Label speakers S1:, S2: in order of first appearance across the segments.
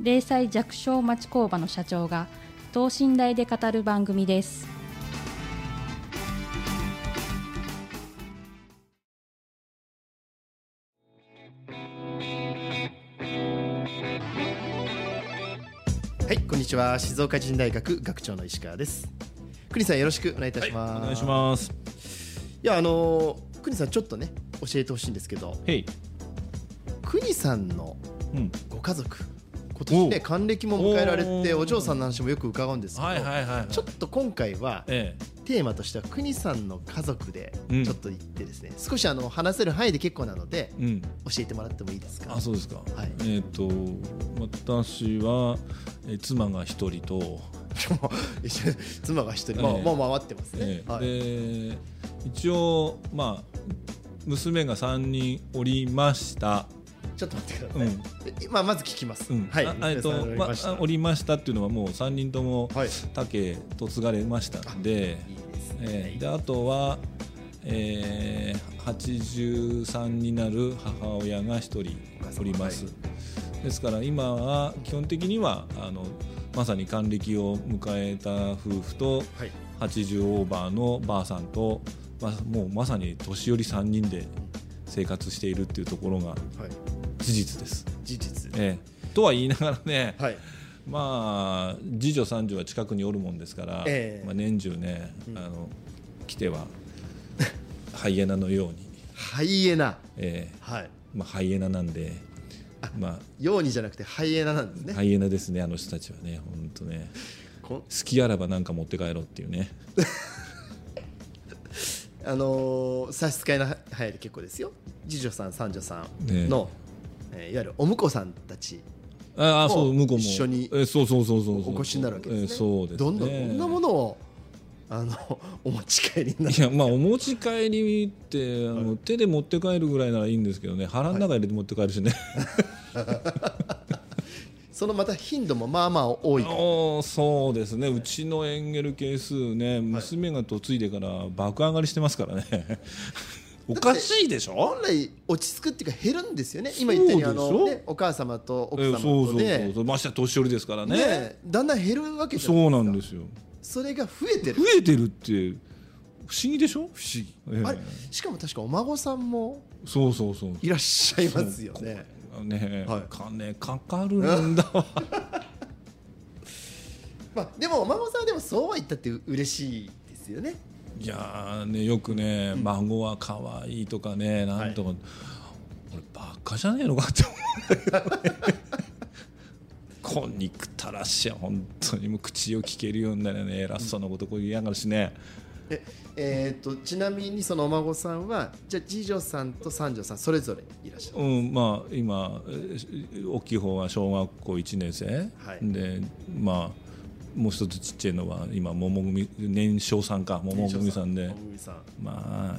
S1: 零細弱小町工場の社長が等身大で語る番組です
S2: はい、こんにちは。静岡人大学学長の石川です。国さんよろしくお願いいたします。
S3: お願いします。
S2: す。いやあのー、国さんちょっとね教えてほしいんですけど、
S3: へい。
S2: 国さんの
S3: うん。
S2: ご家族今年ね
S3: お
S2: 還暦も迎えられて
S3: お
S2: お嬢さんの話もよく伺うんですけど、
S3: はいはいはい。
S2: ちょっと今回は
S3: え
S2: テーマとしては国さんの家族で
S3: うん
S2: ちょっと言ってですね、少しあの話せる範囲で結構なので
S3: え。うん。
S2: 教えてもらってもいいですか。
S3: あ、そうですか。はいえっ、と私はえー妻が一人と、
S2: もう一緒に妻が一人、まあ
S3: ええ
S2: まあ回ってますね
S3: え。え
S2: はい
S3: で一応まあ娘が三人おりました。
S2: ちょっと待ってくだ
S3: う
S2: さい。
S3: ん。
S2: まあまず聞きます。
S3: うん。
S2: はい
S3: あ。えっ、と
S2: 皆さん
S3: ま
S2: わかりした
S3: あおりましたっていうのはもう三人とも
S2: はい。
S3: 竹嫁がれましたんで。
S2: いいです
S3: え
S2: ね。
S3: ーであとは、えー、83になる母親が1人おります、
S2: は
S3: ですから今は基本的にはあのまさに還暦を迎えた夫婦と
S2: はい。
S3: 80オーバーのばあさんと、まあ、もうまさに年寄り3人で生活しているっていうところが
S2: はい。
S3: 事実です。
S2: 事実。
S3: えーとは言いながらね、
S2: はい。
S3: まあ次女三女は近くにおるもんですから、
S2: ええ
S3: まあ、年中ね、
S2: うん
S3: あの来 てはハイエナのように、
S2: ハイエナ。
S3: ええ
S2: はい。
S3: まあ、ハイエナなんで
S2: あ
S3: ま
S2: ようにじゃなくてハイエナなんです
S3: あ、
S2: ね。
S3: ハイエナですねあの人たちはね本当ね
S2: こん
S3: 好きあらばなんか持って帰ろうっていうね
S2: あのー差し支えな流行り結構ですよ。次女さん、三女さ
S3: ね
S2: んの、えーいわゆるお婿さんたち
S3: ああそう
S2: もう
S3: 向こうも
S2: 一緒に
S3: えそうそうそうそうそう
S2: お越しになるわけですね。
S3: えそうですね
S2: どんどんこんなものをあの お持ち帰りになる
S3: い。やまあお持ち帰りってあの、手で持って帰るぐらいならいいんですけどね腹の中入れて持って帰るしね、
S2: そのまた頻度もまあまあ多いから。
S3: おーそうですね、うちのエンゲル係数ね、娘が嫁いでから爆上がりしてま すからね、おかしいでしょ、
S2: 本来落ち着くっていうか減るんですよね。今言ったようにあ
S3: そう
S2: の、
S3: でしょ
S2: ね、お母様と
S3: え
S2: 奥
S3: ー
S2: 様
S3: そう
S2: と
S3: そう
S2: で、
S3: そうそう、ましてや年寄りですからね、
S2: ね、だんだん減るわけじゃ
S3: そ
S2: ないう
S3: なんですよ、
S2: それが増えてる
S3: 増えてるって、不思議でしょ、不思議、ええ
S2: あれしかも確かお孫さんも
S3: そうそうそう、
S2: いらっしゃいますよね
S3: ね、
S2: はい
S3: 金かかるんだわ、
S2: まあでもお孫さんはでもそうは言ったって嬉しいですよね
S3: いやーね、よくね、孫は可愛いとかね、なんとか、俺、バカじゃねえのかって思うんだけどね、こう憎たらしい、本当にもう口を聞けるようになるね、偉そうなことこう言いやがるしね、
S2: ええー、とちなみにそのお孫さんはじゃあ次女さんと三女さんそれぞれいらっしゃる
S3: うん、まあ、今、えー大きい方は小学校1年生、
S2: はい
S3: で、まあ、もう一つちっちゃいのは、今、桃組、年少さんか、桃組さんで
S2: お、組さん
S3: まあ、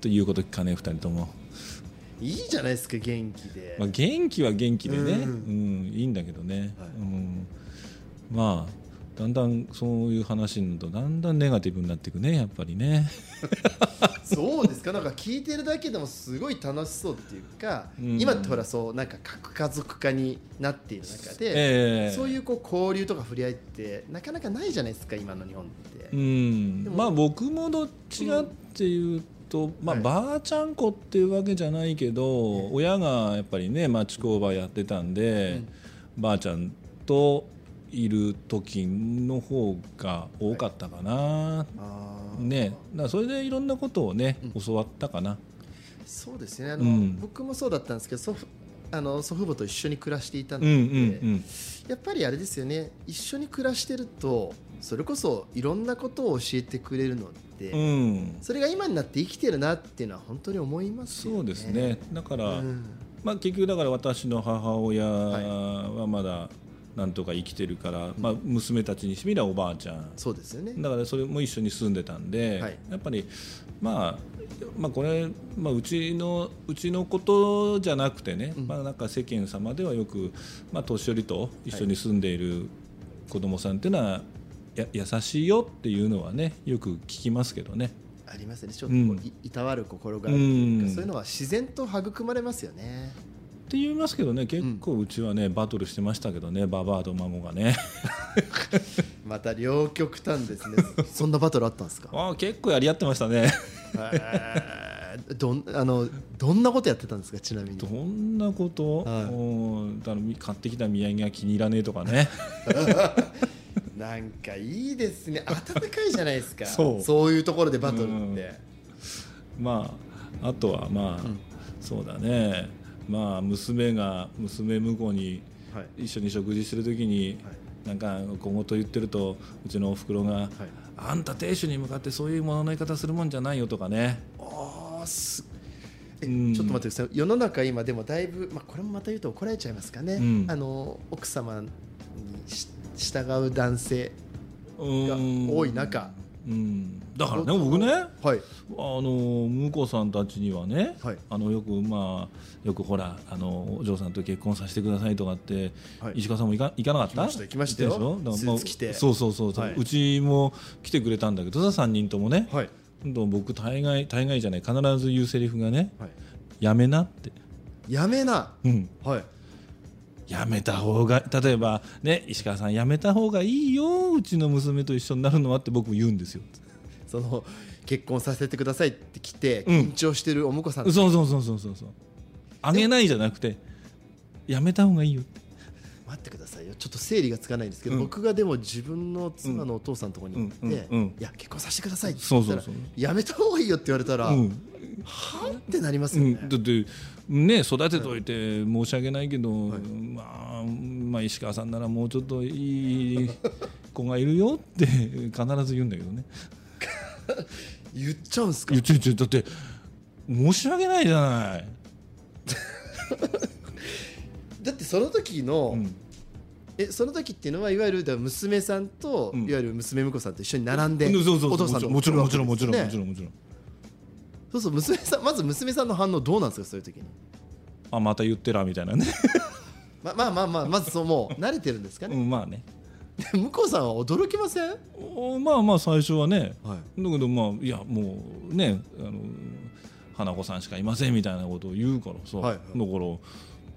S3: ということ聞かねえ、2人とも。
S2: いいじゃないですか元気で、
S3: まあ、元気は元気でね、
S2: う
S3: うんんいいんだけどね、
S2: はい
S3: うん、まあだんだんそういう話になるとだんだんネガティブになっていくねやっぱりね
S2: そうですかなんか聞いてるだけでもすごい楽しそうっていうか、
S3: うん
S2: 今ってほらそうなんか核家族化になっている中で、
S3: ええ
S2: そういうこう交流とか触れ合いってなかなかないじゃないですか今の日本って、
S3: うん
S2: でも
S3: まあ僕もどっちがっていうと、まあ、
S2: はい
S3: ばあちゃん子っていうわけじゃないけど、
S2: ええ
S3: 親がやっぱりね町工場やってたんで、ばあちゃんといる時の方が多かったかな、
S2: あー
S3: ね、だからそれでいろんなことをね、
S2: うん
S3: 教わったかな。
S2: そうですねあの、
S3: うん
S2: 僕もそうだったんですけど祖父あの祖父母と一緒に暮らしていたの
S3: うんう
S2: で、
S3: ん
S2: やっぱりあれですよね一緒に暮らしてるとそれこそいろんなことを教えてくれるので、
S3: うん。うん。
S2: それが今になって生きてるなっていうのは本当に思いますよね。
S3: そうですね。だから、
S2: うん
S3: まあ、結局だから私の母親はまだなんとか生きてるから、まあ、娘たちにしてみればおばあちゃん
S2: そうですよね。
S3: だからそれも一緒に住んでたんで、
S2: はい
S3: やっぱり、まあ、まあこれ、まあ、うちのうちのことじゃなくてね、
S2: うん
S3: まあ、なんか世間様ではよく、まあ、年寄りと一緒に住んでいる子供さんっていうのは、や優しいよっていうのはねよく聞きますけどね。
S2: ありますね。ちょっとこう、
S3: うん
S2: いいたわる心があるというか、
S3: うん
S2: そういうのは自然と育まれますよね。
S3: って言いますけどね結構うちはね、バトルしてましたけどねババアと孫 がね
S2: また両極端ですね。 そんなバトルあったんですか。
S3: ああ結構やり合ってましたね
S2: えーどんあのどんなことやってたんですかちなみに
S3: どんなこと、
S2: はい
S3: うんだから買ってきた土産が気に入らねえとかね
S2: なんかいいですね温かいじゃないですか
S3: そう
S2: いうところでバトルって
S3: まああとはまあ、
S2: ん
S3: そうだねまあ娘が娘婿に
S2: はい
S3: 一緒に食事してる時に、なんか小言言ってるとうちのおふくろが、あんた亭主に向かってそういうものの言い方するもんじゃないよ」とかね
S2: あーすえ
S3: うん
S2: ちょっと待ってください世の中今でもだいぶ、まあ、これもまた言うと怒られちゃいますかね、
S3: うん
S2: あの奥様にし従う男性が
S3: うん
S2: 多い中
S3: うん、だからね僕ね
S2: はい
S3: あの婿さんたちにはね、
S2: はい
S3: あのよくまあよくほらあのお嬢さんと結婚させてくださいとかって、
S2: はい
S3: 石川さんも行か行かなかった
S2: 行きました行きましたよ
S3: 行っでしょだからま
S2: スー
S3: あ
S2: ツ着て
S3: そうそうそう、
S2: はいう
S3: ちも来てくれたんだけどさ3人ともね、
S2: はい
S3: 今度僕大概大概じゃない必ず言うセリフがね
S2: はい
S3: 「やめな」って、
S2: やめな
S3: うん、
S2: はい
S3: やめた方が例えばね石川さんやめた方がいいようちの娘と一緒になるのはって僕も言うんですよ
S2: その結婚させてくださいって来て
S3: うん
S2: 緊張してるお婿さん、
S3: そうそうそうそうそうそうあげないじゃなくてやめた方がいいよって
S2: 待ってくださいよちょっと整理がつかないんですけど、
S3: うん
S2: 僕がでも自分の妻のお父さんのところに行って、
S3: うんうんうん
S2: いや結婚させてくださいって
S3: そ
S2: 言
S3: う
S2: った
S3: そ
S2: ら
S3: うそう
S2: やめた方がいいよって言われたら、
S3: うん
S2: はんってなります
S3: う
S2: よ
S3: ん
S2: ね、
S3: だってね育てといて申し訳ないけど、
S2: はい
S3: まあ、まあ石川さんならもうちょっといい子がいるよって 必ず言うんだけどね
S2: 言っちゃうんですか
S3: 言っちゃう言っちゃうだって申し訳ないじゃない
S2: だってその時の、
S3: うん
S2: えその時っていうのはいわゆるだから娘さんと、
S3: うん
S2: いわゆる娘婿さんと一緒に並んで、
S3: そうそうそう
S2: お父さんと
S3: もちろんもちろんもちろんもちろんもち
S2: ね
S3: ろんもちろん
S2: そうそう娘さんまず娘さんの反応どうなんですかそういう時に
S3: あまた言ってらみたいなね、
S2: ままあまあまあまずそうもう慣れてるんですか
S3: う
S2: ね、
S3: ん、まあ ね
S2: で向こうさんは驚きませんはい
S3: おまあまあ最初はねだけどまあいやもうねあの花子さんしかいませんみたいなことを言うからさ、
S2: はいはい
S3: だから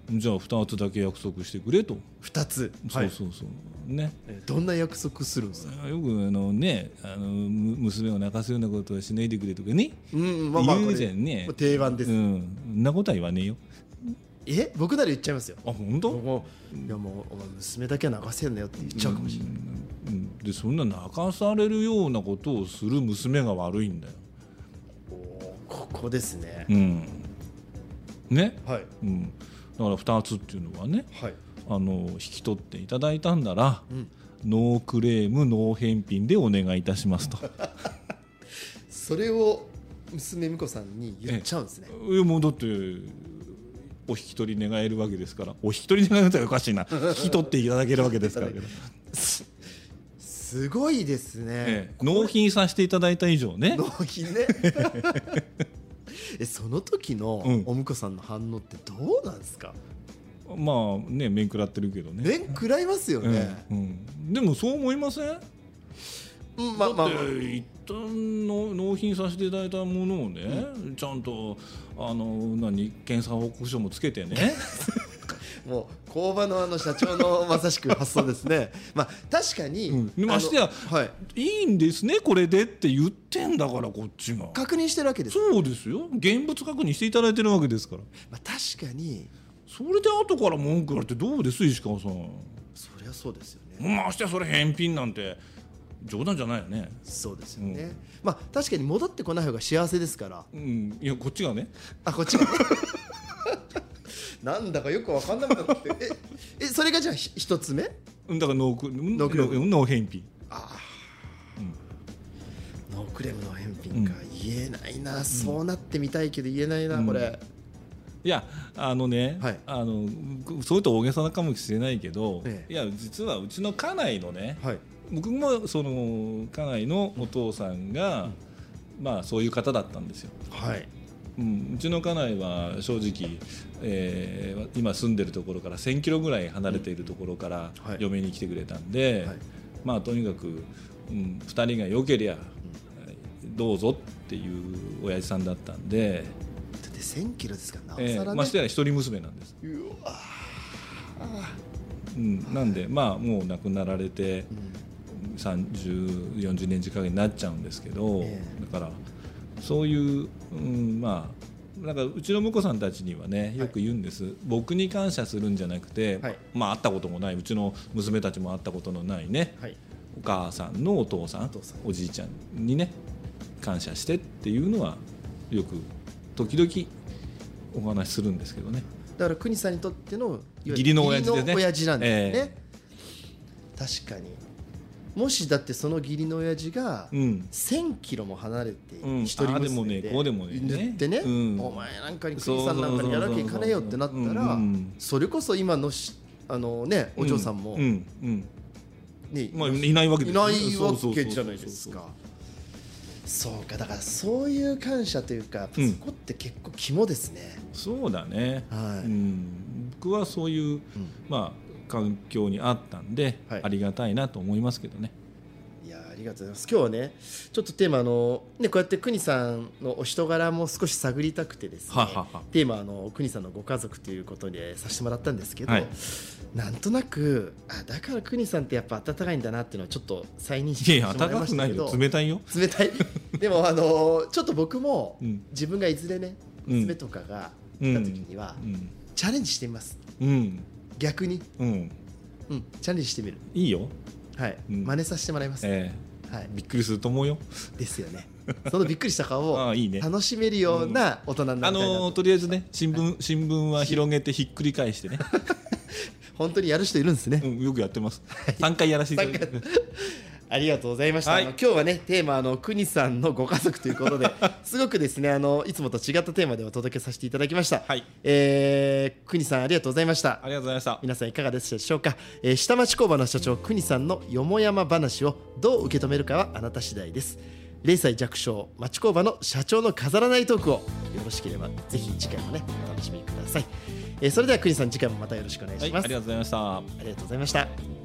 S3: じゃあ2つだけ約束してくれと、
S2: 2つ
S3: そうそうそうね
S2: えどんな約束するんですか
S3: よくあのねあのむ娘を泣かすようなことはしないでくれとかね、
S2: うん
S3: 言う
S2: これ
S3: じゃんね
S2: もう定番です、
S3: うんそんなことは言わねえよ
S2: え僕なら言っちゃいますよ
S3: あ本当
S2: もういやもうお前娘だけは流せんなよって言っちゃうかもしれない、
S3: うんでそんな泣かされるようなことをする娘が悪いんだよ、
S2: おーここですね、
S3: うん、ね、
S2: はい
S3: うん、だから2つっていうのはね
S2: はい
S3: あの引き取っていただいたんなら、
S2: うん
S3: ノークレームノー返品でお願いいたしますと
S2: それを娘婿さんに言っちゃうんですね
S3: いやもうだってお引き取り願えるわけですからお引き取り願えるっておかしい な引き取っていただけるわけですから、
S2: えすごいですね
S3: ええ納品させていただいた以上ね
S2: 納品ね えその時の
S3: うん
S2: お婿さんの反応ってどうなんですか、
S3: まあね面食らってるけどね
S2: 面食らいますよね、
S3: うんうんでもそう思いません
S2: うん、まあまあ、
S3: だって一旦の納品させていただいたものをね、ちゃんとあの何検査報告書もつけてね
S2: もう工場のあの社長のまさしく発想ですね。 まあ確かに、
S3: うん
S2: あの
S3: ましてや
S2: はい、
S3: いいんですねこれでって言ってんだからこっちが
S2: 確認してるわけです。
S3: そうですよ現物確認していただいてるわけですから
S2: まあ確かに
S3: それで後から文句言われてどうです石川さん
S2: そりゃそうですよね。
S3: ましてやそれ返品なんて冗談じゃないよね
S2: そうですよね。まあ確かに戻ってこない方が幸せですから。
S3: うんいやこっちがね
S2: あこっちがね。 なんだかよくわかんなくなってええそれがじゃあひ一つ目
S3: だからノーク
S2: ノークレーム
S3: ノー返品
S2: ノークレームの返品か、言えないなそうなってみたいけど言えないなこれ、
S3: いやあのね、
S2: はい
S3: あのくそういうと大げさなかもしれないけど、
S2: ええ
S3: いや実はうちの家内のね
S2: はい
S3: 僕もその家内のお父さんが、まあそういう方だったんですよ。
S2: はい
S3: うん、うちの家内は正直、えー今住んでるところから1,000キロぐらい離れているところから
S2: うんはい
S3: 嫁に来てくれたんで、
S2: はい
S3: まあとにかく、うん、2人が良けりゃどうぞっていう親父さんだったんで、
S2: だって1000キロですからなおさら、
S3: え
S2: ね
S3: ーましてや一人娘なんです、
S2: うわあ
S3: うん、なんでまあもう亡くなられて
S2: うん
S3: 3040年近くになっちゃうんですけど、
S2: ええ
S3: だからそういう、うん、まあなんかうちの婿さんたちにはねよく言うんです、僕に感謝するんじゃなくて、
S2: はい
S3: まあ会ったこともないうちの娘たちも会ったことのないね
S2: はい
S3: お母さんのお父さん
S2: お父さん
S3: おじいちゃんにね感謝してっていうのはよく時々お話しするんですけどね。
S2: だから国さんにとってのいわゆる
S3: 義理の親父です
S2: 義理
S3: ね
S2: の親父なんですよね
S3: え、
S2: 確かにもしだってその義理の親父が
S3: うん
S2: 1000キロも離れて
S3: うん
S2: 一人
S3: ああでも
S2: 娘
S3: ね
S2: で
S3: こうでもね
S2: 塗ってね、
S3: うん
S2: お前なんかに国さんなんかにやらなきゃいかねえよってなった
S3: そうそうそうそう
S2: ら
S3: うん
S2: それこそ今のしあのねお嬢さんも、
S3: ううんうん
S2: ね
S3: まあ、いないわけ
S2: い
S3: よ
S2: な
S3: ね
S2: いわけじゃない
S3: そ
S2: で
S3: う
S2: す
S3: そうそうそう
S2: か。そうかだからそういう感謝というか、
S3: うん
S2: そこって結構肝ですね。
S3: そうだね、
S2: はい
S3: うん、僕はそういう、まあ、環境にあったんで、
S2: はい
S3: ありがたいなと思いますけどね。
S2: いやーありがとうございます今日はねちょっとテーマあのねこうやって国さんのお人柄も少し探りたくてですね
S3: ははは
S2: テーマあの国さんのご家族ということでさせてもらったんですけど、
S3: はい
S2: なんとなくあだから国さんってやっぱ暖かいんだなっていうのはちょっと再認
S3: い
S2: 識
S3: や
S2: しても
S3: いや、
S2: らい
S3: 暖か
S2: ま
S3: く
S2: し
S3: な
S2: たけ
S3: いよ
S2: ど、
S3: 冷たいよ。
S2: 冷たいでもあのちょっと僕も
S3: うん
S2: 自分がいずれね
S3: うん
S2: 娘とかが
S3: う
S2: 来
S3: ん
S2: た時には、
S3: うん、
S2: チャレンジしてみます
S3: うん、
S2: 逆に、
S3: うん、
S2: うん、チャレンジしてみる
S3: いいよ。
S2: はい、
S3: うん
S2: 真似させてもらいます、
S3: え
S2: はい
S3: え、びっくりすると思うよ。
S2: ですよね。そのびっくりした顔
S3: あ
S2: を
S3: あいいね
S2: 楽しめるような大人にな
S3: あ
S2: りたいな
S3: のー
S2: と
S3: とりあえずね、新聞、新聞は広げてひっくり返してね。
S2: 本当にやる人いるんです
S3: う
S2: ね。
S3: ん、よくやってます。三回やらせていただいて。
S2: ありがとうございました。
S3: はい
S2: あの今日はねテーマあのくにさんのご家族ということ ですごくですねあのいつもと違ったテーマでお届けさせていただきました。
S3: はい
S2: えー、くにさんありがとうございました
S3: あ。りがとうございました。
S2: 皆さんいかがでしたでしょうか、えー下町工場の社長国さんのよもやま話をどう受け止めるかはあなた次第です0歳弱小町工場の社長の飾らないトークをよろしければぜひ次回もねお楽しみください、えーそれでは国さん次回もまたよろしくお願い
S3: はい、あ
S2: します、
S3: りがとうございました。
S2: ありがとうございました